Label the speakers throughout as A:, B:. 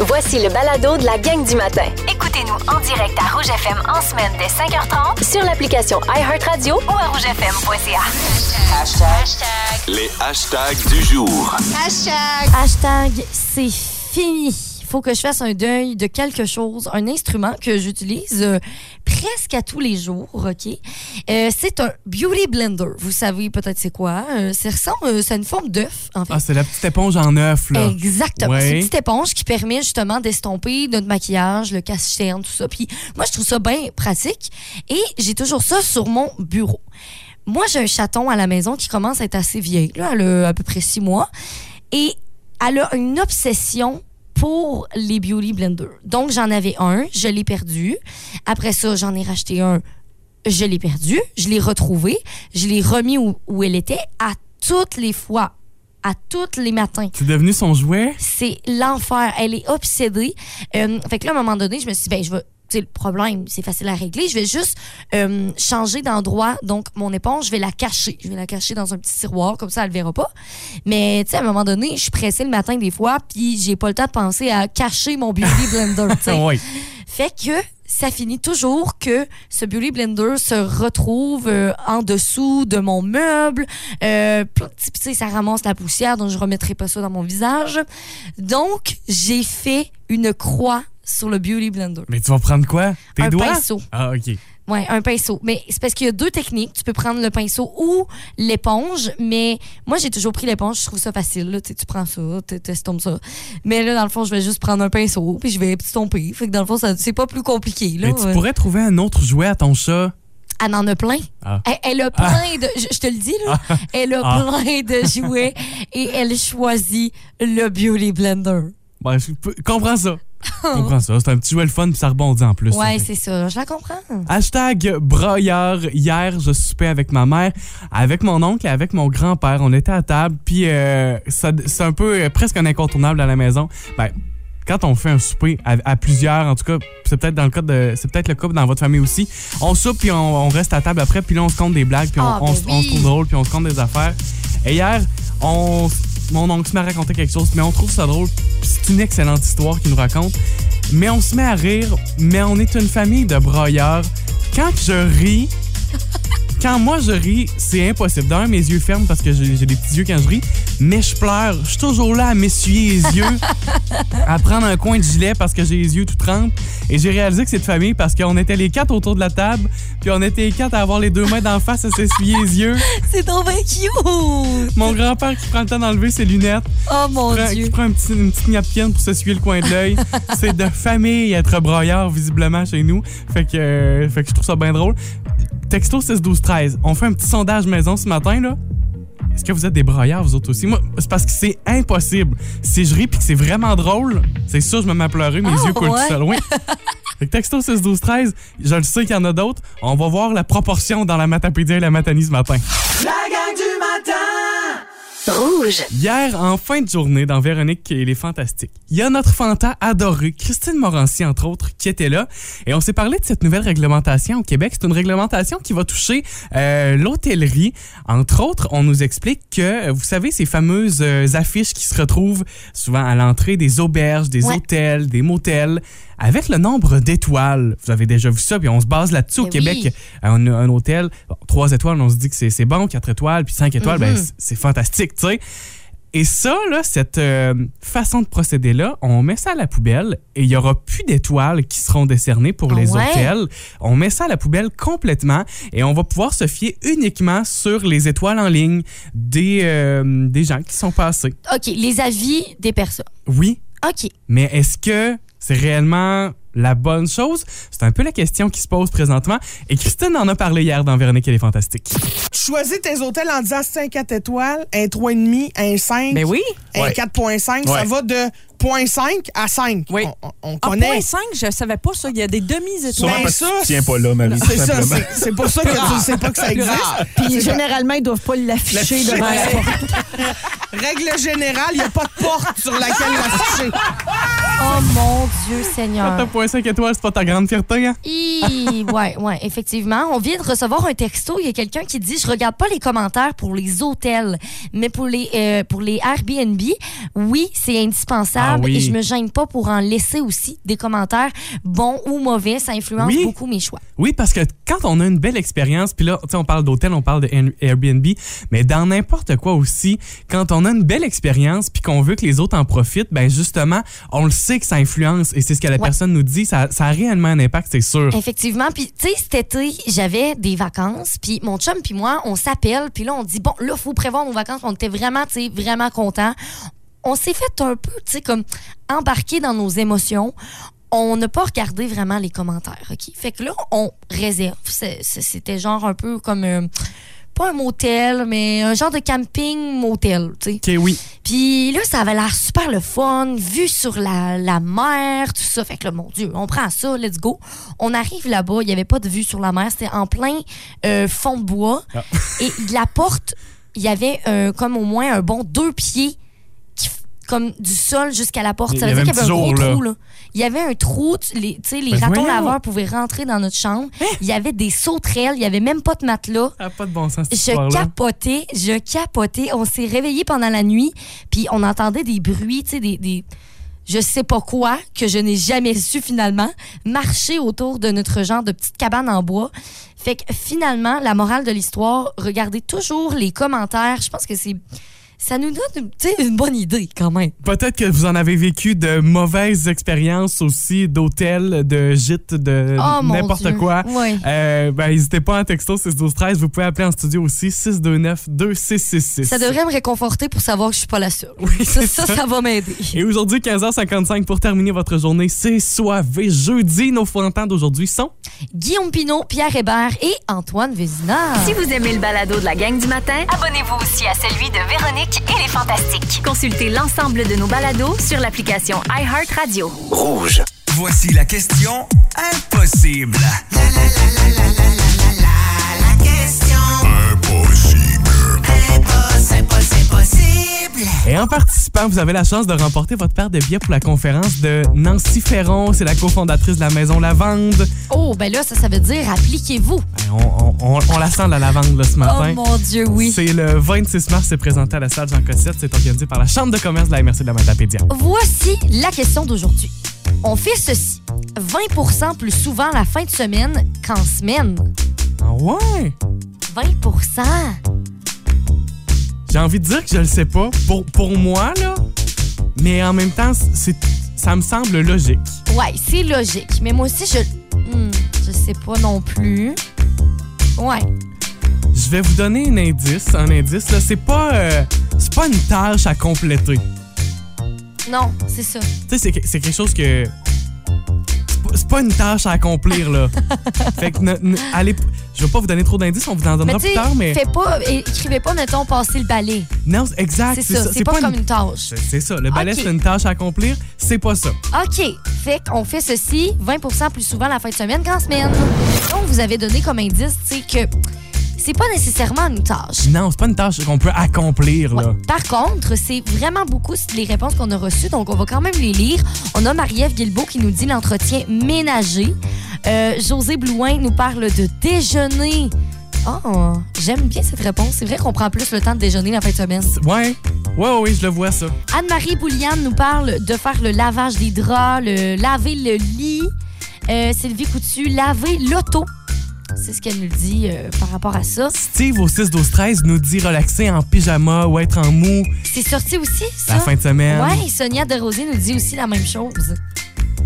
A: Voici le balado de la gang du matin. Écoutez-nous en direct à Rouge FM en semaine dès 5h30 sur l'application iHeartRadio ou à rougefm.ca.
B: Les hashtags du jour.
C: Hashtag, c'est fini. Faut que je fasse un deuil de quelque chose, un instrument que j'utilise euh, presque à tous les jours, OK? Euh, c'est un beauty blender. Vous savez peut-être c'est quoi. Euh, ça ressemble, euh, c'est une forme d'œuf, en fait.
D: Ah, c'est la petite éponge en œuf, là.
C: Exactement.
D: Ouais.
C: C'est une petite éponge qui permet justement d'estomper notre maquillage, le cache-cerne, tout ça. Puis moi, je trouve ça bien pratique et j'ai toujours ça sur mon bureau. Moi, j'ai un chaton à la maison qui commence à être assez vieille. Là, elle a à peu près six mois et elle a une obsession pour les Beauty Blender. Donc, j'en avais un, je l'ai perdu. Après ça, j'en ai racheté un, je l'ai perdu, je l'ai retrouvé, je l'ai remis où, où elle était à toutes les fois, à tous les matins
D: C'est devenu son jouet?
C: c'est l'enfer. Elle est obsédée. Euh, fait que là, à un moment donné, je me suis dit, ben, je vais. C'est le problème, c'est facile à régler. Je vais juste euh, changer d'endroit. Donc, mon éponge, je vais la cacher. Je vais la cacher dans un petit tiroir, comme ça, elle le verra pas. Mais, tu sais, à un moment donné, je suis pressée le matin des fois, puis j'ai pas le temps de penser à cacher mon beauty blender. tu sais.
D: Ah, ouais.
C: Fait que ça finit toujours que ce Beauty Blender se retrouve euh, en dessous de mon meuble. Euh, plein de petits- tu sais, ça ramasse la poussière, donc je remettrai pas ça dans mon visage. Donc, j'ai fait une croix sur le Beauty Blender.
D: Mais tu vas prendre quoi? Tes
C: Un
D: doigts?
C: pinceau.
D: Ah, OK.
C: Ouais, un pinceau. Mais c'est parce qu'il y a deux techniques. Tu peux prendre le pinceau ou l'éponge, mais moi, j'ai toujours pris l'éponge. Je trouve ça facile. Là. Tu sais, tu prends ça, tu tombes ça. Mais là, dans le fond, je vais juste prendre un pinceau, puis je vais petit tomber. Fait que dans le fond, ça- c'est pas plus compliqué. Là.
D: Mais tu
C: Ouais.
D: pourrais trouver un autre jouet à ton chat.
C: Elle en a plein.
D: Ah.
C: Elle, elle a plein de. Je, je te le dis, là. Elle a
D: Ah.
C: plein de jouets et elle choisit le Beauty Blender.
D: Ben, je peux- comprends ça. comprends ça. C'est un petit jouet le fun, puis ça rebondit en plus.
C: Ouais,
D: Fait que-
C: c'est ça. Je la comprends.
D: Hashtag broyeur. Hier, je soupais avec ma mère, avec mon oncle et avec mon grand-père. On était à table, puis euh, ça- c'est un peu euh, presque un incontournable à la maison. Ben, quand on fait un souper à, à plusieurs, en tout cas, c'est peut-être dans le cas de, c'est peut-être le cas dans votre famille aussi. On soupe puis on, on reste à table après, puis là on se compte des blagues, puis on,
C: Ah,
D: on
C: ben
D: se- on se
C: oui.
D: trouve drôle, puis on se compte des affaires. Et hier, on, mon oncle m'a raconté quelque chose, mais on trouve ça drôle. puis C'est une excellente histoire qu'il nous raconte. Mais on se met à rire, mais on est une famille de broyeurs. Quand je ris, quand moi je ris, c'est impossible. D'un, mes yeux ferment parce que j'ai j'ai des petits yeux quand je ris, mais je pleure. Je suis toujours là à m'essuyer les yeux, à prendre un coin de gilet parce que j'ai les yeux tout trempés. Et j'ai réalisé que c'est de famille parce qu'on était les quatre autour de la table, puis on était les quatre à avoir les deux mains d'en face à s'essuyer les yeux.
C: C'est trop bien cute.
D: Mon grand-père qui prend le temps d'enlever ses lunettes,
C: Oh mon
D: prend- qui
C: Dieu.
D: prend un petit- une petite napkin pour s'essuyer le coin de l'œil. c'est de famille être broyeur, visiblement, chez nous. Fait que, euh, fait que je trouve ça bien drôle. Texto 6 12 13 on fait un petit sondage maison ce matin, là. Est-ce que vous êtes des broyeurs, vous autres aussi? Moi, c'est parce que c'est impossible. Si je ris puis que c'est vraiment drôle, c'est sûr, je me mets à pleurer, mes
C: Ah,
D: yeux coulent
C: ouais?
D: tout seuls. Oui. Fait que texto 6 12 13 je le sais qu'il y en a d'autres. On va voir la proportion dans la matapédia et la matanie ce matin.
A: Rouge.
D: Hier, en fin de journée, dans Véronique et les Fantastiques, il y a notre fanta adorée, Christine Morancy, entre autres, qui était là. Et on s'est parlé de cette nouvelle réglementation au Québec. C'est une réglementation qui va toucher euh, l'hôtellerie. Entre autres, on nous explique que, euh, vous savez, ces fameuses euh, affiches qui se retrouvent souvent à l'entrée des auberges, des
C: Ouais.
D: hôtels, des motels, avec le nombre d'étoiles. Vous avez déjà vu ça, puis on se base là-dessus au
C: Mais
D: Québec.
C: oui.
D: Un, un hôtel, bon, trois étoiles, on se dit que c'est c'est bon, quatre étoiles, puis cinq étoiles, ben,
C: Mhm.
D: c'est- c'est fantastique, tu sais. Et ça, là, cette euh, façon de procéder-là, on met ça à la poubelle et il n'y aura plus d'étoiles qui seront décernées pour
C: Ah
D: les
C: ouais?
D: hôtels. On met ça à la poubelle complètement et on va pouvoir se fier uniquement sur les étoiles en ligne des, euh, des gens qui sont passés.
C: OK, les avis des personnes.
D: Oui,
C: OK.
D: mais est-ce que c'est réellement la bonne chose? C'est un peu la question qui se pose présentement. Et Christine en a parlé hier dans Véronique et les Fantastiques.
E: Choisis tes hôtels en disant 5 4 étoiles, un 3,5, un 5,
F: Ben oui.
E: un
G: Ouais.
E: 4,5.
G: Ouais.
E: Ça va de 0.5 à 5.
F: Oui.
E: On, on- on
H: Ah,
F: En
E: connaît.
F: 5, je savais pas ça. Il y a des demi-étoiles.
G: Sûrement
E: Ben,
G: parce que
E: ça,
G: tu tiens pas là, Marie, tout
E: C'est ça,
G: simplement.
E: c'est- c'est pour ça que tu ne sais pas que ça existe.
H: Puis généralement, ils doivent pas l'afficher devant la porte.
E: Règle générale, il n'y a pas de porte sur laquelle la coucher.
C: Oh mon Dieu Seigneur.
D: T'as point 5 étoiles, c'est pas ta grande fierté, hein?
C: Hi, ouais, ouais, effectivement. On vient de recevoir un texto. Il y a quelqu'un qui dit Je regarde pas les commentaires pour les hôtels, mais pour les, euh, pour les Airbnb, oui, c'est indispensable
D: Ah oui.
C: et je me gêne pas pour en laisser aussi des commentaires bons ou mauvais. Ça influence
D: Oui.
C: beaucoup mes choix.
D: Oui, parce que quand on a une belle expérience, puis là, tu sais, on parle d'hôtel, on parle de Air- Airbnb, mais dans n'importe quoi aussi, quand on a une belle expérience, puis qu'on veut que les autres en profitent, ben justement, on le sait que ça influence, et c'est ce que la personne nous dit, ça, ça a réellement un impact, c'est sûr.
C: Effectivement. Puis, tu sais, cet été, j'avais des vacances. Puis, mon chum puis moi, on s'appelle. Puis là, on dit, bon, là, faut prévoir nos vacances. On était vraiment, tu sais, vraiment contents. On s'est fait un peu, tu sais, comme embarquer dans nos émotions. On n'a pas regardé vraiment les commentaires, OK? Fait que là, on réserve. C'est- c'est- C'était genre un peu comme... euh, pas un motel, mais un genre de camping-motel, tu sais.
D: Ok, oui.
C: Puis là, ça avait l'air super le fun, vue sur la, la mer, tout ça. Fait que là, mon Dieu, on prend ça, let's go. On arrive là-bas, il n'y avait pas de vue sur la mer, c'était en plein euh, fond de bois.
D: Ah.
C: Et de la porte, il y avait euh, comme au moins un bon deux pieds qui f- comme du sol jusqu'à la porte.
D: Il y
C: Ça veut dire
D: avait
C: qu'il
D: un
C: y avait un gros
D: petit jour,
C: trou, là. Il y avait un trou, tu- les, tu sais, les
D: Ben
C: ratons
D: voyons. Hein?
C: laveurs pouvaient rentrer dans notre chambre. Il y avait des sauterelles, il n'y avait même pas de matelas.
D: Ça n'a pas de bon sens, cette
C: Je
D: histoire-là.
C: capotais, je capotais. On s'est réveillé pendant la nuit, puis on entendait des bruits, tu sais, des, des- je sais pas quoi que je n'ai jamais su finalement marcher autour de notre genre de petite cabane en bois. Fait que finalement, la morale de l'histoire, regardez toujours les commentaires. Je pense que c'est ça nous donne tu sais, une bonne idée quand même.
D: Peut-être que vous en avez vécu de mauvaises expériences aussi, d'hôtels, de gîtes, de
C: Oh, mon Dieu.
D: n'importe quoi.
C: Ouais.
D: Euh, ben, n'hésitez pas en texto 612-13. Vous pouvez appeler en studio aussi 629-2666.
C: Ça devrait me réconforter pour savoir que je suis pas la seule. ça, ça, ça va m'aider.
D: Et aujourd'hui, 15h55, pour terminer votre journée, c'est soivé jeudi. Nos fontants d'aujourd'hui sont...
C: Guillaume Pinot, Pierre Hébert et Antoine Vézina.
A: Si vous aimez le balado de la gang du matin, abonnez-vous aussi à celui de Véronique et les Fantastiques. Consultez l'ensemble de nos balados sur l'application iHeartRadio.
B: Rouge.
G: Voici la question impossible.
D: Et en participant, vous avez la chance de remporter votre paire de billets pour la conférence de Nancy Ferron. C'est la cofondatrice de la Maison Lavande.
C: Oh, ben là, ça, ça veut dire appliquez-vous.
D: Ben, On, on- on- on la sent, la lavande, là, ce
C: Oh
D: matin.
C: mon Dieu, oui.
D: C'est le 26 mars, c'est présenté à la salle Jean Cossette. C'est organisé par la Chambre de commerce de la MRC de la Matapédia.
C: Voici la question d'aujourd'hui. On fait ceci 20 plus souvent la fin de semaine qu'en semaine.
D: Ah ouais!
C: 20
D: J'ai envie de dire que je le sais pas pour, pour moi, là. Mais en même temps, c'est, ça me semble logique.
C: Ouais, c'est logique. Mais moi aussi, je. Hmm, je sais pas non plus. Ouais.
D: Je vais vous donner un indice. Un indice, là, c'est pas, euh, c'est pas une tâche à compléter.
C: Non, c'est ça.
D: Tu sais, c'est, que- c'est quelque chose que. c'est pas- C'est pas une tâche à accomplir, là. fait que, ne- ne- allez. Je vais pas vous donner trop d'indices, on vous en
C: Mais
D: donnera
C: tu sais,
D: plus tard, mais.
C: fais pas, é- écrivez pas, mettons, passer le balai.
D: Non, c'est- exact.
C: Ah, C'est ça, c'est pas, comme une tâche.
D: C'est- C'est ça, le balai,
C: Ok.
D: c'est une tâche à accomplir, c'est pas ça.
C: OK. Fait qu'on fait ceci 20 plus souvent la fin de semaine qu'en semaine. Donc, vous avez donné comme indice, tu sais, que c'est pas nécessairement une tâche.
D: Non, c'est pas une tâche qu'on peut accomplir, là.
C: Par contre, c'est vraiment beaucoup les réponses qu'on a reçues, donc on va quand même les lire. On a Marie-Ève Guilbeault qui nous dit l'entretien ménager. Euh, José Blouin nous parle de déjeuner. Oh, j'aime bien cette réponse. C'est vrai qu'on prend plus le temps de déjeuner la fin de semaine.
D: Ouais. Ouais, ouais, je le vois, ça.
C: Anne-Marie Bouliane nous parle de faire le lavage des draps, le laver le lit. Euh, Sylvie Coutu, laver l'auto. C'est ce qu'elle nous dit euh, par rapport à ça.
D: Steve au 6 12 13 nous dit relaxer en pyjama ou être en mou
C: C'est sorti aussi, ça?
D: la fin de semaine.
C: Ouais, Sonia Desrosiers nous dit aussi la même chose.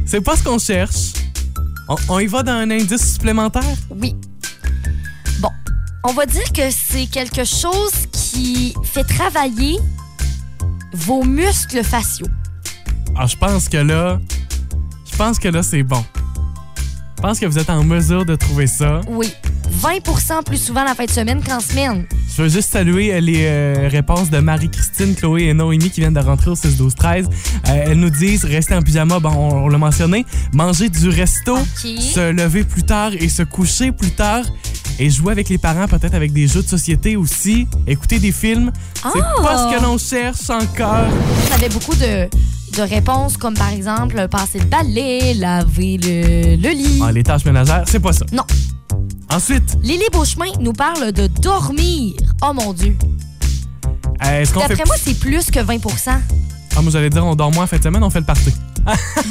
D: C'est pas ce qu'on cherche. On, on y va dans un indice supplémentaire.
C: Oui. Bon, on va dire que c'est quelque chose qui fait travailler vos muscles faciaux.
D: Alors Ah, je pense que là, je pense que là c'est bon. Je pense que vous êtes en mesure de trouver ça.
C: Oui. 20 plus souvent la fin de semaine qu'en semaine.
D: Je veux juste saluer euh, les euh, réponses de Marie-Christine, Chloé et Noémie qui viennent de rentrer au 6 12 13. Euh, elles nous disent rester en pyjama, bon, on, on l'a mentionné, manger du resto,
C: OK.
D: se lever plus tard et se coucher plus tard. et jouer avec les parents, peut-être avec des jeux de société aussi, écouter des films. C'est
C: Ah!
D: pas ce que l'on cherche encore.
C: On avait beaucoup de, de réponses, comme par exemple passer le balai, laver le, le lit.
D: Ah, les tâches ménagères, c'est pas ça.
C: Non.
D: Ensuite,
C: Lily Beauchemin nous parle de dormir. Oh mon Dieu.
D: euh, est-ce qu'on fait.
C: D'après moi, c'est plus que 20
D: Ah, moi, j'allais dire, on dort moins en fin de semaine, on fait le party.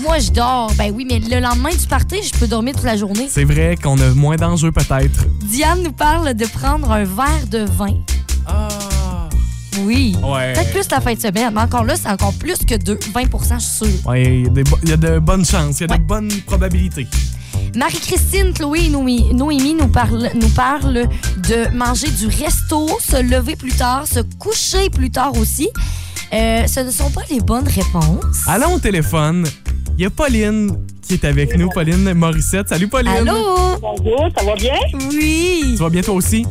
C: Moi, je dors. Ben oui, mais le lendemain du party, je peux dormir toute la journée.
D: C'est vrai qu'on a moins d'enjeux, peut-être.
C: Diane nous parle de prendre un verre de vin.
D: Ah.
C: Oui.
D: Ouais.
C: Peut-être plus la fin de semaine, mais encore là, c'est encore plus que deux- 20 je suis sûre.
D: Ouais, il y a des bo- il y, a de bonnes chances, il y a de bonnes probabilités.
C: Marie-Christine, Chloé et Noé- Noémie nous parlent, nous parlent de manger du resto, se lever plus tard, se coucher plus tard aussi. Euh, ce ne sont pas les bonnes réponses.
D: Allons au téléphone. Il y a Pauline qui est avec nous, Pauline Morissette. Salut, Pauline.
C: Allô?
H: Bonjour, ça va bien?
C: Oui.
D: Tu vas bien, toi aussi?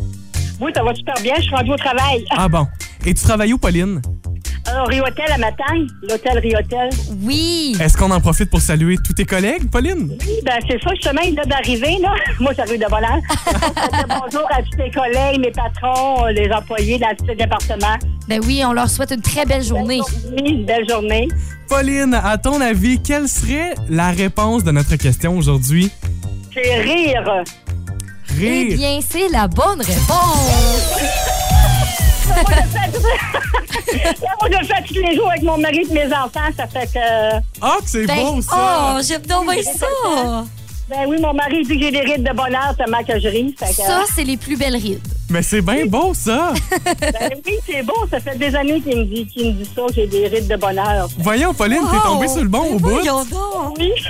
H: Oui, ça va super bien. Je suis rendue au travail.
D: Ah bon. Et tu travailles où, Pauline?
H: Alors, Riotel à Matagne, l'hôtel Riotel.
C: Oui.
D: Est-ce qu'on en profite pour saluer tous tes collègues, Pauline?
H: Oui, ben, c'est ça, justement, il vient d'arriver, là. Moi, j'arrive de bonheur. bonjour à tous mes collègues, mes patrons, euh, les employés dans tous les départements.
C: Ben oui, on leur souhaite une très belle journée.
H: Oui, une belle journée.
D: Pauline, à ton avis, quelle serait la réponse de notre question aujourd'hui?
H: C'est rire.
C: Eh
D: Rire.
C: bien, c'est la bonne réponse.
H: Là, moi, je le fais tous les jours avec mon mari et mes enfants. Ça fait que. euh,
D: Ah, que c'est
C: Ben,
D: beau,
C: oh,
D: ça!
C: j'aime donc bien ça.
H: Ben oui, mon mari dit que j'ai des rides de bonheur tellement que je ris. Fait que,
C: Ça, c'est les plus belles rides.
D: Mais c'est bien beau, ça!
H: ben oui, c'est beau. Ça fait des années qu'il me dit, qu'il me dit ça, j'ai des rides de bonheur.
D: Voyons, Pauline, t'es tombée
C: Oh.
D: sur le
C: Ben
D: bon au bout.
F: Voyons donc.
H: Oui. j'ai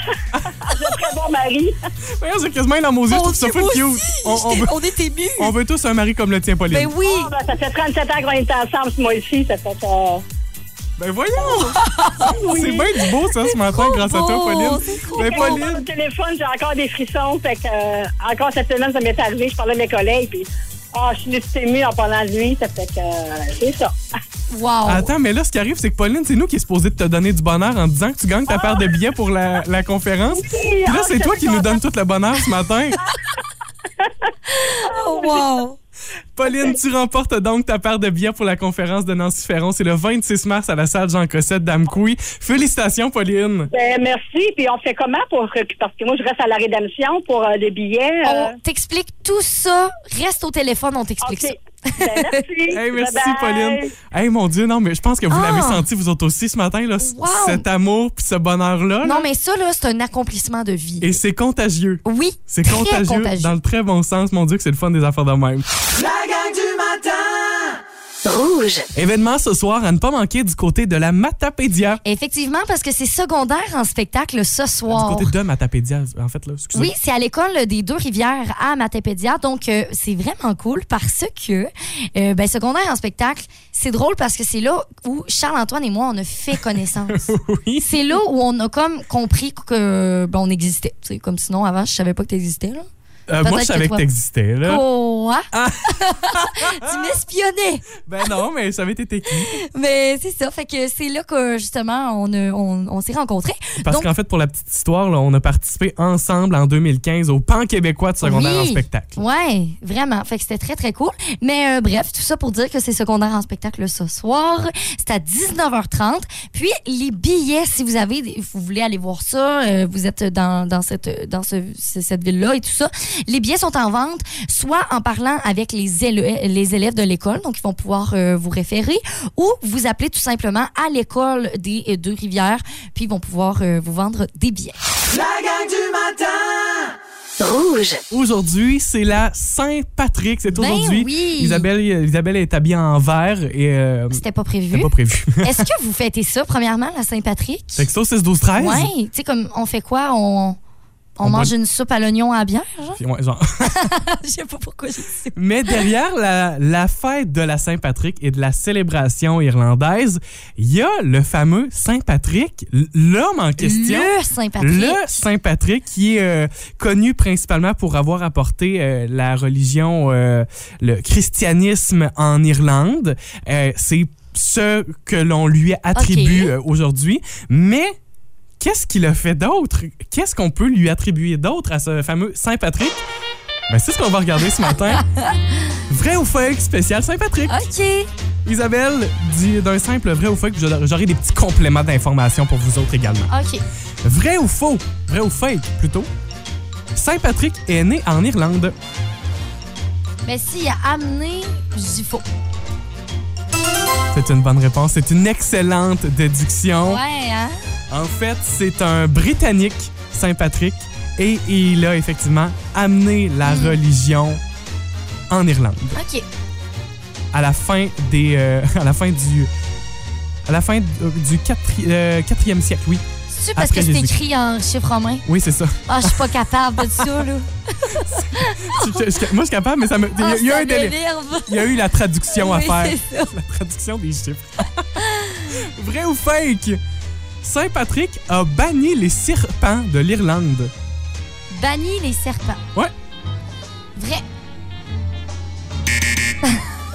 H: un très bon mari.
D: Ben, Voyons, j'ai quasiment la aux yeux, je trouve ça full cute. On, on veut,
F: On est ému.
D: on veut tous un mari comme le tien, Pauline.
C: Ben oui.
H: Ah, ben, ça fait 37 ans qu'on est ensemble, moi ici. Ça fait euh, que.
D: Ben voyons! C'est bien du beau, ça, ce matin,
C: Ben trop
D: grâce à toi,
C: beau,
D: Pauline.
C: c'est trop
D: Ben,
H: Quand on parle au
D: Pauline,
H: téléphone, j'ai encore des frissons. Fait que, euh, encore cette semaine, ça m'est arrivé. Je parlais à mes collègues. Puis, ah, je suis juste émue en parlant de lui. Ça fait que, euh, c'est ça.
C: Wow.
D: attends, mais là, ce qui arrive, c'est que Pauline, c'est nous qui est supposé te donner du bonheur en disant que tu gagnes ta paire de billets pour la, la conférence. Puis là,
H: ah,
D: c'est
H: je
D: toi
H: suis
D: qui nous donne
H: contente.
D: tout le bonheur ce matin.
C: Oh, wow.
D: Pauline, tu remportes donc ta paire de billets pour la conférence de Nancy Ferron. C'est le 26 mars à la salle Jean Cossette d'Amkoui. Félicitations, Pauline.
H: Ben, merci. Puis, on fait comment pour. Parce que moi, je reste à la rédemption pour euh, les billets.
D: Oh,
H: euh,
C: On t'explique tout ça. Reste au téléphone, on t'explique
H: OK. Ben, merci.
D: Hey, merci,
H: Bye-bye.
D: Pauline. Hey, mon Dieu, non, mais je pense que vous
C: Ah.
D: l'avez senti, vous autres aussi, ce matin, là, c-
C: Wow.
D: cet amour puis ce bonheur-là.
C: ça.
D: là.
C: Non, mais ça, là, c'est un accomplissement de vie.
D: Et c'est contagieux.
C: Oui.
D: C'est
C: très
D: contagieux, dans le très bon sens. Mon Dieu, que c'est le fun des affaires de même.
G: La gang du matin!
A: Rouge.
D: Événement ce soir à ne pas manquer du côté de la Matapédia.
C: Effectivement, parce que c'est secondaire en spectacle ce soir.
D: Du côté de Matapédia, en fait, là. excusez.
C: Oui, c'est à l'école des Deux-Rivières à Matapédia. Donc, euh, c'est vraiment cool parce que euh, ben, secondaire en spectacle, c'est drôle parce que c'est là où Charles-Antoine et moi, on a fait connaissance.
D: Oui.
C: c'est là où on a comme compris que ben, on existait. C'est comme sinon, avant, je savais pas que t'existais. Là.
D: Euh,
C: Peut-être
D: moi, je savais
C: que
D: que
C: toi-
D: t'existais, là.
C: Quoi? tu m'espionnais!
D: Ben non, mais je savais t'étais qui.
C: Mais c'est ça, fait que c'est là que justement on, a- on, on s'est rencontrés.
D: Parce
C: Donc-
D: qu'en fait, pour la petite histoire, là, on a participé ensemble en 2015 au Pan québécois de secondaire en
C: Oui.
D: spectacle.
C: Ouais, vraiment. Fait que c'était très, très cool. Mais euh, bref, tout ça pour dire que c'est secondaire en spectacle ce soir. C'est à 19h30. Puis les billets, si vous avez, des- vous voulez aller voir ça, euh, vous êtes dans, dans cette, dans ce- ce- cette ville-là et tout ça, les billets sont en vente, soit en parlant avec les, éle- les élèves de l'école, donc ils vont pouvoir euh, vous référer, ou vous appelez tout simplement à l'école des euh, Deux-Rivières, puis ils vont pouvoir euh, vous vendre des billets.
G: La gang du matin!
A: Rouge.
D: Aujourd'hui, c'est la Saint-Patrick. C'est
C: Ben
D: aujourd'hui.
C: oui.
D: Isabelle, Isabelle est habillée en vert et. euh,
C: C'était pas
D: c'était
C: prévu.
D: pas prévu.
C: Est-ce que vous fêtez ça, premièrement, la Saint-Patrick?
D: Texto 6 12 13
C: Ouais, tu sais, comme on fait quoi? On, on,
D: On
C: mange
D: boit-
C: une soupe à l'oignon à la bière? genre?
D: ouais, genre.
C: Je sais pas pourquoi j'ai dit ça.
D: Mais derrière la, la fête de la Saint-Patrick et de la célébration irlandaise, il y a le fameux Saint-Patrick, l- l'homme en question.
C: Le Saint-Patrick.
D: Le Saint-Patrick qui est euh, connu principalement pour avoir apporté euh, la religion, euh, le christianisme en Irlande. Euh, C'est ce que l'on lui attribue
C: Ok.
D: euh, aujourd'hui. Mais qu'est-ce qu'il a fait d'autre? Qu'est-ce qu'on peut lui attribuer d'autre à ce fameux Saint-Patrick? Ben, c'est ce qu'on va regarder ce matin. Vrai ou fake spécial Saint-Patrick.
C: OK.
D: Isabelle dit d'un simple vrai ou fake, puis j'aurai des petits compléments d'informations pour vous autres également.
C: OK.
D: Vrai ou faux? Vrai ou fake, plutôt? Saint-Patrick est né en Irlande.
C: Mais s'il a amené, je dis faux.
D: C'est une bonne réponse. C'est une excellente déduction.
C: Ouais, hein?
D: En fait, c'est un Britannique, Saint-Patrick, et il a effectivement amené la
C: Hmm.
D: religion en Irlande.
C: OK.
D: à la fin des euh, à la fin du à la fin euh, du 4e siècle, oui.
C: C'est-tu parce
D: Après
C: que c'est
D: Jésus-Christ.
C: écrit en chiffre romain?
D: Oui, c'est ça.
C: Ah, je suis pas capable de ça, là.
D: Je- je- je- moi, je suis capable, mais ça me. Il y
C: Ah,
D: a- il y a
C: ça
D: un délai.
C: m'énerve.
D: Il y a eu la traduction à
C: Oui,
D: faire.
C: c'est ça.
D: La traduction des chiffres. Vrai ou fake? Saint-Patrick a banni les serpents de l'Irlande.
C: Banni les serpents.
D: Ouais.
C: Vrai.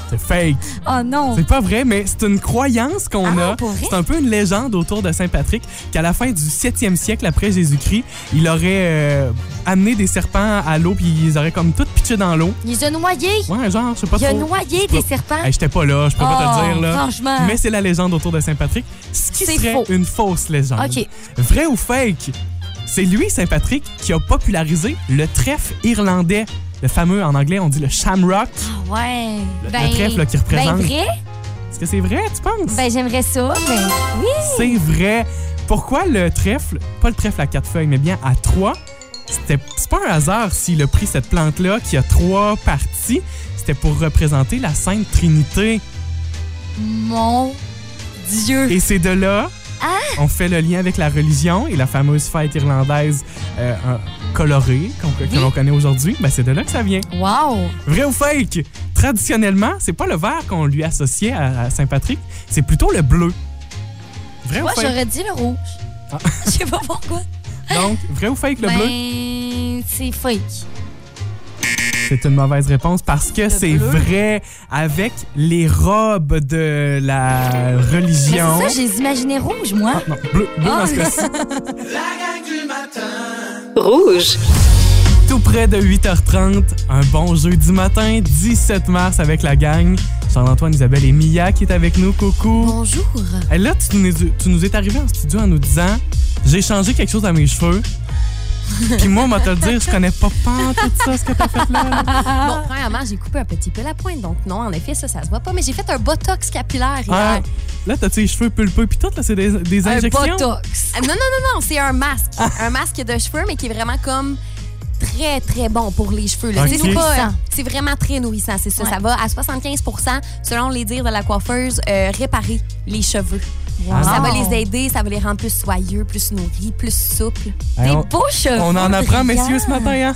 D: C'est fake.
C: Oh non.
D: C'est pas vrai, mais c'est une croyance qu'on
C: Ah,
D: a.
C: pour vrai?
D: C'est un peu une légende autour de Saint-Patrick qu'à la fin du 7e siècle après Jésus-Christ, il aurait euh, amené des serpents à l'eau puis ils auraient comme tout pitché dans l'eau.
C: Ils ont noyé.
D: Ouais, genre, je sais pas
C: Il a
D: trop.
C: noyé des serpents.
D: Hey, J'étais pas là, je peux pas te
C: Hein? Oh,
D: le dire là.
C: franchement.
D: Mais c'est la légende autour de Saint-Patrick, ce qui
C: C'est
D: serait
C: faux.
D: une fausse légende.
C: OK.
D: Vrai ou fake C'est lui Saint-Patrick qui a popularisé le trèfle irlandais, le fameux en anglais on dit le shamrock.
C: Ah ouais.
D: Le- le trèfle, là, qui représente.
C: Ben vrai.
D: Est-ce que c'est vrai, tu penses
C: Ben j'aimerais ça, mais oui.
D: C'est vrai. Pourquoi le trèfle, pas le trèfle à quatre feuilles, mais bien à trois? C'était, c'est pas un hasard s'il a pris cette plante-là qui a trois parties. C'était pour représenter la Sainte Trinité.
C: Mon Dieu.
D: Et c'est de là,
C: Ah!
D: on fait le lien avec la religion et la fameuse fête irlandaise euh, euh, colorée qu'on, que
C: Oui.
D: l'on connaît aujourd'hui. Ben, c'est de là que ça vient.
C: Wow.
D: Vrai ou fake? Traditionnellement, c'est pas le vert qu'on lui associait à, à Saint-Patrick, c'est plutôt le bleu. Vrai
C: Moi
D: ou fake?
C: j'aurais dit le rouge.
D: Ah.
C: Je sais pas pourquoi.
D: Donc, vrai ou fake le bleu?
C: ben c'est fake.
D: C'est une mauvaise réponse parce que c'est
F: bleu.
D: vrai avec les robes de la
C: Mais
D: religion.
C: c'est ça, j'ai Ah, imaginé rouge moi.
D: non, bleu, bleu dans ce cas-ci.
G: La gang du matin.
A: Rouge.
D: Tout près de 8h30, un bon jeudi matin, 17 mars avec la gang. Jean-Antoine, Isabelle et Mia qui est avec nous. Coucou.
C: Bonjour.
D: Et là, tu nous, es- tu nous es arrivé en studio en nous disant J'ai changé quelque chose à mes cheveux. Puis moi, on va te le dire, je connais pas tout ça, ce que t'as fait là. là.
C: Ah.
I: Bon, premièrement, j'ai coupé un petit peu la pointe, donc non, en effet, ça, ça se voit pas. Mais j'ai fait un botox capillaire hier.
D: Ah, là, t'as tes cheveux pulpeux, puis tout, là, c'est des, des
I: un
D: injections.
I: botox. Ah, Non, non, non, non, c'est un masque.
C: Ah.
I: un masque de cheveux, mais qui est vraiment comme très, très bon pour les cheveux. là.
D: Ok.
I: C'est pas-
C: Nourrissant.
I: C'est vraiment très nourrissant, c'est ça. Ça va à 75 selon les dires de la coiffeuse, euh, réparer les cheveux.
D: Ah.
I: Ça va les aider, ça va les rendre plus soyeux, plus nourris, plus souples.
D: Hey, on-
C: Beau cheveux.
D: On en apprend,
C: brillants.
D: messieurs, ce matin. Hein?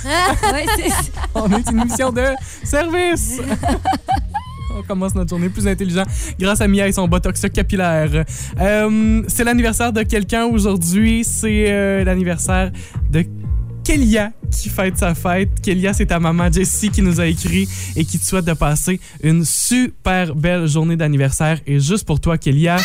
I: ouais, c'est ça.
D: On est une émission de service. On commence notre journée plus intelligent grâce à Mia et son botox capillaire. Euh, c'est l'anniversaire de quelqu'un aujourd'hui. C'est euh, l'anniversaire de Kélia qui fête sa fête. Kélia, c'est ta maman Jessie qui nous a écrit et qui te souhaite de passer une super belle journée d'anniversaire. Et juste pour toi, Kélia,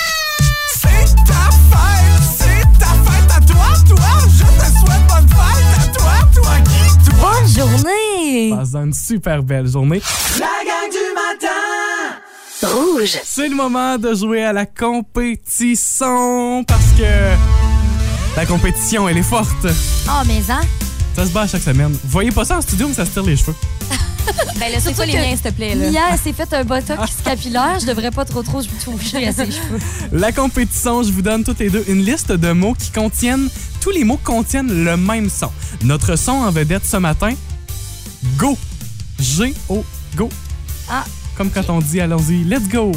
G: C'est ta fête, c'est ta fête à toi, toi. Je te souhaite bonne fête à toi, toi qui, toi.
C: Bonne journée.
D: passe une super belle journée.
G: La gang du matin.
A: Rouge.
D: C'est le moment de jouer à la compétition parce que la compétition, elle est forte.
C: Oh mais hein.
D: Ça se bat à chaque semaine. Vous voyez pas ça en studio, mais ça se tire les cheveux.
I: Ben là, c'est quoi les
C: que-
I: miens, s'il te plaît? Là?
C: Mia elle s'est fait un
D: Ah.
C: botox capillaire. Je devrais pas trop trop je toucher à ses cheveux.
D: La compétition, je vous donne toutes les deux une liste de mots qui contiennent. Tous les mots contiennent le même son. Notre son en vedette ce matin, go. G-O, go.
C: Ah.
D: Comme quand on dit, allons-y, let's go.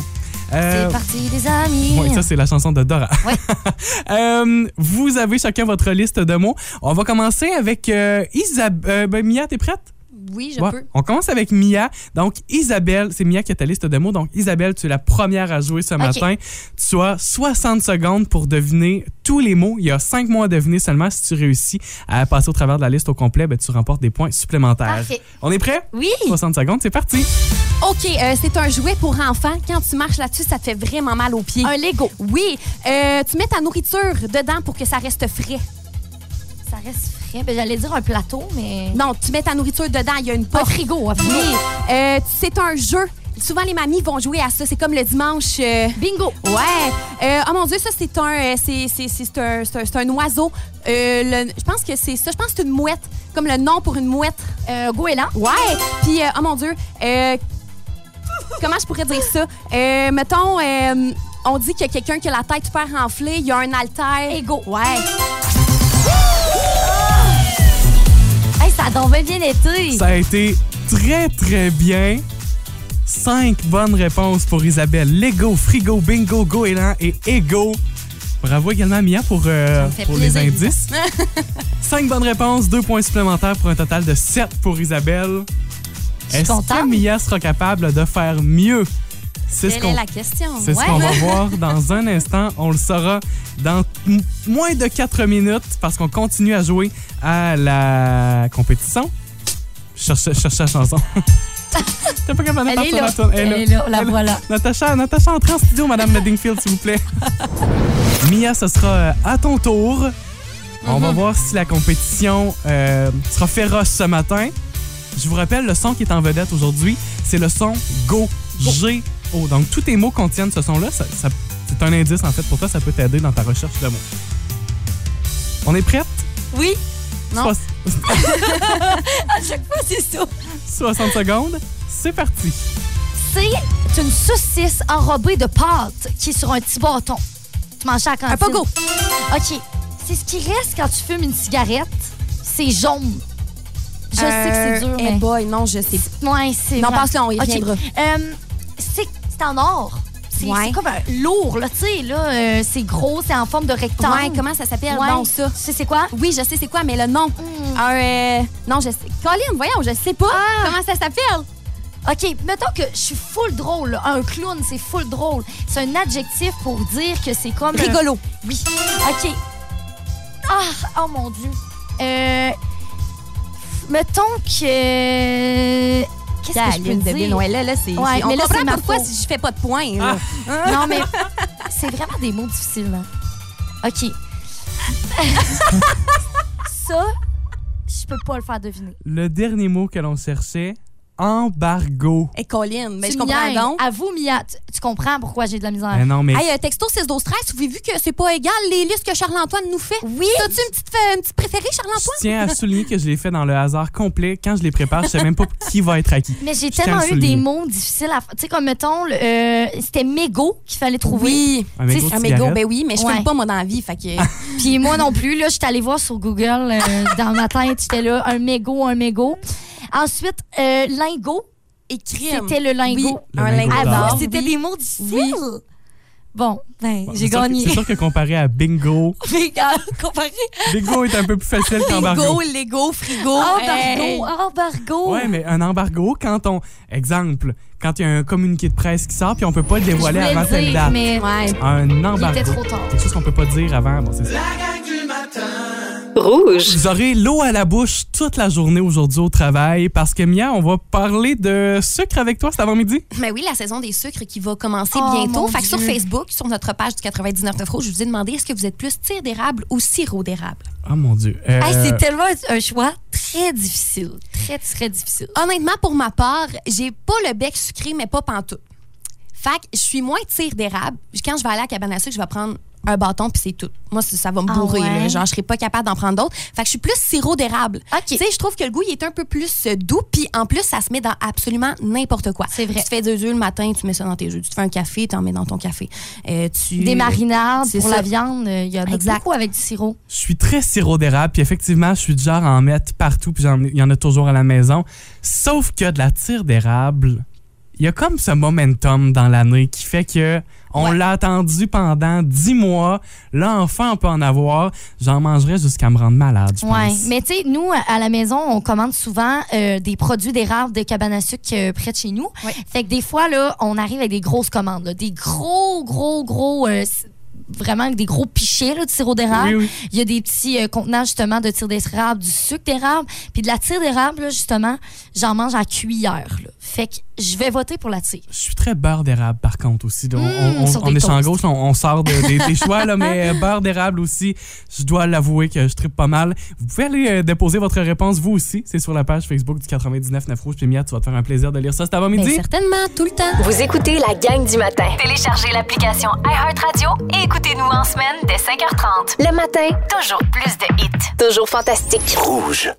D: Euh,
C: C'est parti les amis.
D: Ouais, ça, c'est la chanson de Dora.
C: Ouais.
D: Euh, vous avez chacun votre liste de mots. On va commencer avec euh, Isab- euh, ben, Mia, t'es prête?
I: Oui, je
D: Ouais.
I: peux.
D: On commence avec Mia. Donc, Isabelle, c'est Mia qui a ta liste de mots. Donc, Isabelle, tu es la première à jouer ce matin. Tu as 60 secondes pour deviner tous les mots. Il y a 5 mois à deviner seulement. Si tu réussis à passer au travers de la liste au complet, ben, tu remportes des points supplémentaires.
I: Parfait.
D: On est prêt?
C: Oui.
D: 60 secondes, c'est parti.
I: OK, euh, c'est un jouet pour enfants. Quand tu marches là-dessus, ça te fait vraiment mal aux pieds.
C: Un Lego.
I: Oui, euh, tu mets ta nourriture dedans pour que ça reste frais.
C: Ça reste frais. frais. Ben, J'allais dire un plateau, mais.
I: Non, tu mets ta nourriture dedans, il y a une
C: Un
I: porte.
C: frigo, après.
I: Oui, euh, c'est un jeu. Souvent, les mamies vont jouer à ça. C'est comme le dimanche. euh,
C: Bingo!
I: Ouais. Euh, oh mon Dieu, ça, c'est un, euh, c'est, c'est, c'est, c'est un, c'est un- c'est un oiseau. Euh, le- je pense que c'est ça. Je pense que c'est une mouette. Comme le nom pour une mouette.
C: Euh, goéland.
I: Ouais. Puis, euh, oh mon Dieu, euh, comment je pourrais dire ça? Euh, mettons, euh, on dit qu'il y a quelqu'un qui a la tête super renflée. Il y a un haltère.
C: Ego. Ah!
I: Ouais.
C: Hey, ça a donc bien bien été.
D: Ça a été très, très bien. Cinq bonnes réponses pour Isabelle. Lego, frigo, bingo, goéland et ego. Bravo également à Mia pour, euh,
C: me fait
D: pour les
C: plaisir.
D: indices. Cinq bonnes réponses, deux points supplémentaires pour un total de sept pour Isabelle.
C: suis
D: Est-ce que
C: contente.
D: Mia sera capable de faire mieux? C'est ce
C: Quelle est
D: qu'on
C: la question?
D: c'est ce
C: Ouais.
D: qu'on va voir dans un instant. On le saura dans m- moins de 4 minutes parce qu'on continue à jouer à la compétition. Je cherche, je cherche la chanson. T'es pas capable
C: Elle
D: de
C: est
D: partir
C: là.
D: la tourne.
C: Elle est là. La
D: Elle est
C: voilà.
D: Natacha, Natacha, entrez en studio, Madame Meddingfield, s'il vous plaît. Mia, ce sera euh, à ton tour. On va voir si la compétition euh, sera féroce ce matin. Je vous rappelle, le son qui est en vedette aujourd'hui, c'est le son Go, G-O. Donc, tous tes mots contiennent ce son-là. Ça- ça- c'est un indice, en fait, pour toi. Ça peut t'aider dans ta recherche de mots. On est prête?
C: Oui. Non.
D: Soix-
C: À chaque fois, c'est ça.
D: 60 secondes. C'est parti.
C: C'est une saucisse enrobée de pâte qui est sur un petit bâton. Tu manges ça à la cantine.
I: Un pogo.
C: OK. C'est ce qui reste quand tu fumes une cigarette. C'est jaune. Je sais que c'est dur,
I: Eh
C: mais...
I: boy, non, je sais.
C: Ouais, c'est
I: Non,
C: vrai.
I: passe-le, on y
C: OK.
I: reviendra.
C: Euh, c'est c'est en or. C'est
I: Ouais.
C: c'est comme un lourd, là, tu sais, là. euh, c'est gros, c'est en forme de rectangle.
I: Ouais, comment ça s'appelle?
C: Ouais.
I: Non, ça.
C: Tu sais, c'est quoi?
I: Oui, je sais c'est quoi, mais le nom. Un, euh, non, je sais. Colin, voyons, je sais pas. Comment ça s'appelle?
C: OK, mettons que je suis full drôle. là. Un clown, c'est full drôle. C'est un adjectif pour dire que c'est comme... euh,
I: Rigolo.
C: Oui. OK. Ah, oh mon Dieu. Euh, mettons que... Qu'est-ce que je peux
I: Caline Ah, de Ville,
C: dire?
I: ouais, là, là, c'est.
C: Ouais,
I: c'est- on
C: mais là, c'est
I: comprend
C: ma
I: pourquoi
C: faute. Ah.
I: si je fais pas de points. là.
C: Non, mais c'est vraiment des mots difficiles. hein. OK. Ça, je peux pas le faire deviner.
D: Le dernier mot que l'on cherchait, embargo.
I: Et Colin, mais
C: Tu
I: je comprends
C: niaises.
I: donc.
C: À vous, Mia, tu, tu comprends pourquoi j'ai de la misère.
D: Mais Eh non, mais
I: Hey, euh, texto 6 12 13 vous avez vu que c'est pas égal les listes que Charles-Antoine nous fait?
C: Oui.
I: T'as-tu une petite, fa- une petite préférée,
D: Je
I: Charles-Antoine?
D: tiens à souligner que je l'ai fait dans le hasard complet. Quand je les prépare, je sais même pas qui va être acquis.
C: Mais j'ai
D: Je tiens à
C: tellement
D: le
C: eu
D: souligner.
C: des mots difficiles à. Tu sais, comme mettons, le- euh, c'était mégot qu'il fallait trouver.
D: Un mégot
I: Tu sais,
D: de
I: un mégot,
D: cigarette.
I: ben oui, mais je
C: Ouais.
I: fume pas, moi, dans la vie. Fait que.
C: Puis moi non plus, là, j'étais allée voir sur Google euh, dans ma tête, j'étais là, un mégot, un mégot. Ensuite, euh, lingot,
I: Et crime.
C: c'était le
I: Oui,
C: lingot.
D: Le
I: un
D: lingot
I: lingot
D: d'or.
I: d'or.
C: Ah,
D: oui.
C: c'était des mots difficiles. Bon, ben,
D: Bon,
C: j'ai
D: c'est sûr que-
C: gagné.
D: C'est sûr que comparé à bingo,
C: Mais, euh, comparé
D: bingo est un peu plus facile
I: Lego,
D: qu'embargo.
I: Lego, frigo.
C: embargo,
I: Hey.
C: embargo.
D: Ouais, mais un embargo, quand on. Exemple, quand il y a un communiqué de presse qui sort, puis on peut pas le dévoiler avant
C: je voulais
D: telle
C: dire,
D: date.
C: mais
I: Ouais.
D: Un
C: il
D: embargo.
C: était trop tard.
D: Quelque chose qu'on peut pas dire avant. Bon, c'est ça.
A: Rouge.
D: Vous aurez l'eau à la bouche toute la journée aujourd'hui au travail parce que Mia, on va parler de sucre avec toi cet avant-midi.
I: Mais Ben oui, la saison des sucres qui va commencer
C: Oh,
I: bientôt.
C: mon
I: Fait que sur
C: Dieu.
I: Facebook, sur notre page du 99 Rouge, je vous ai demandé est-ce que vous êtes plus tir d'érable ou sirop d'érable.
D: Oh mon Dieu. Euh,
C: Hey, c'est tellement un- un choix très difficile. Très, très difficile.
I: Honnêtement, pour ma part, j'ai pas le bec sucré, mais pas pantoute. Fait que je suis moins tir d'érable. Quand je vais aller à la cabane à sucre, je vais prendre un bâton puis c'est tout. Moi, ça, ça va me
C: Ah
I: bourrer.
C: ouais?
I: là. Genre, je serai pas capable d'en prendre d'autres. Fait que je suis plus sirop d'érable.
C: OK.
I: Tu sais, je trouve que le goût, il est un peu plus euh, doux. Puis en plus, ça se met dans absolument n'importe quoi.
C: C'est vrai.
I: Tu te fais deux œufs le matin, tu mets ça dans tes œufs. Tu te fais un café, tu en mets dans ton café. Euh, tu...
C: Des marinades
I: C'est
C: pour
I: ça.
C: la viande, euh, il y en a
I: Exact.
C: beaucoup avec du sirop.
D: Je suis très sirop d'érable, puis effectivement, je suis du genre à en mettre partout, puis j'en- il y en a toujours à la maison. Sauf que de la tire d'érable, il y a comme ce momentum dans l'année qui fait que on l'a attendu pendant 10 mois. Là, enfin, on peut en avoir. J'en mangerai jusqu'à me rendre malade, je
C: Ouais,
D: pense.
C: mais tu sais, nous, à- à la maison, on commande souvent euh, des produits d'érable de cabane à sucre euh, près de chez nous.
I: Ouais.
C: Fait que des fois, là, on arrive avec des grosses commandes, là, des gros, gros, gros. euh, s- vraiment avec des gros pichets là, de sirop d'érable.
D: Oui,
C: Il y a des petits euh, contenants justement de tire d'érable, du sucre d'érable, puis de la tire d'érable là, justement, j'en mange à cuillère. là. Fait que je vais voter pour la tire.
D: Je suis très beurre d'érable, par contre, aussi. On, on-
C: Hmm, sur
D: on
C: des
D: est sans
C: toasts.
D: gauche, on, on sort de- des, des choix, là, mais euh, beurre d'érable aussi, je dois l'avouer que je tripe pas mal. Vous pouvez aller euh, déposer votre réponse, vous aussi. C'est sur la page Facebook du 99 9 Rouge. Puis Mia, tu vas te faire un plaisir de lire ça cet
C: Ben,
I: Bien,
D: avant-midi.
I: Ben, certainement, tout le temps.
A: Vous écoutez la gang du matin. Téléchargez l'application iHeartRadio et écoutez-nous en semaine dès 5h30. Le matin, toujours plus de hits. Toujours fantastique.
B: Rouge.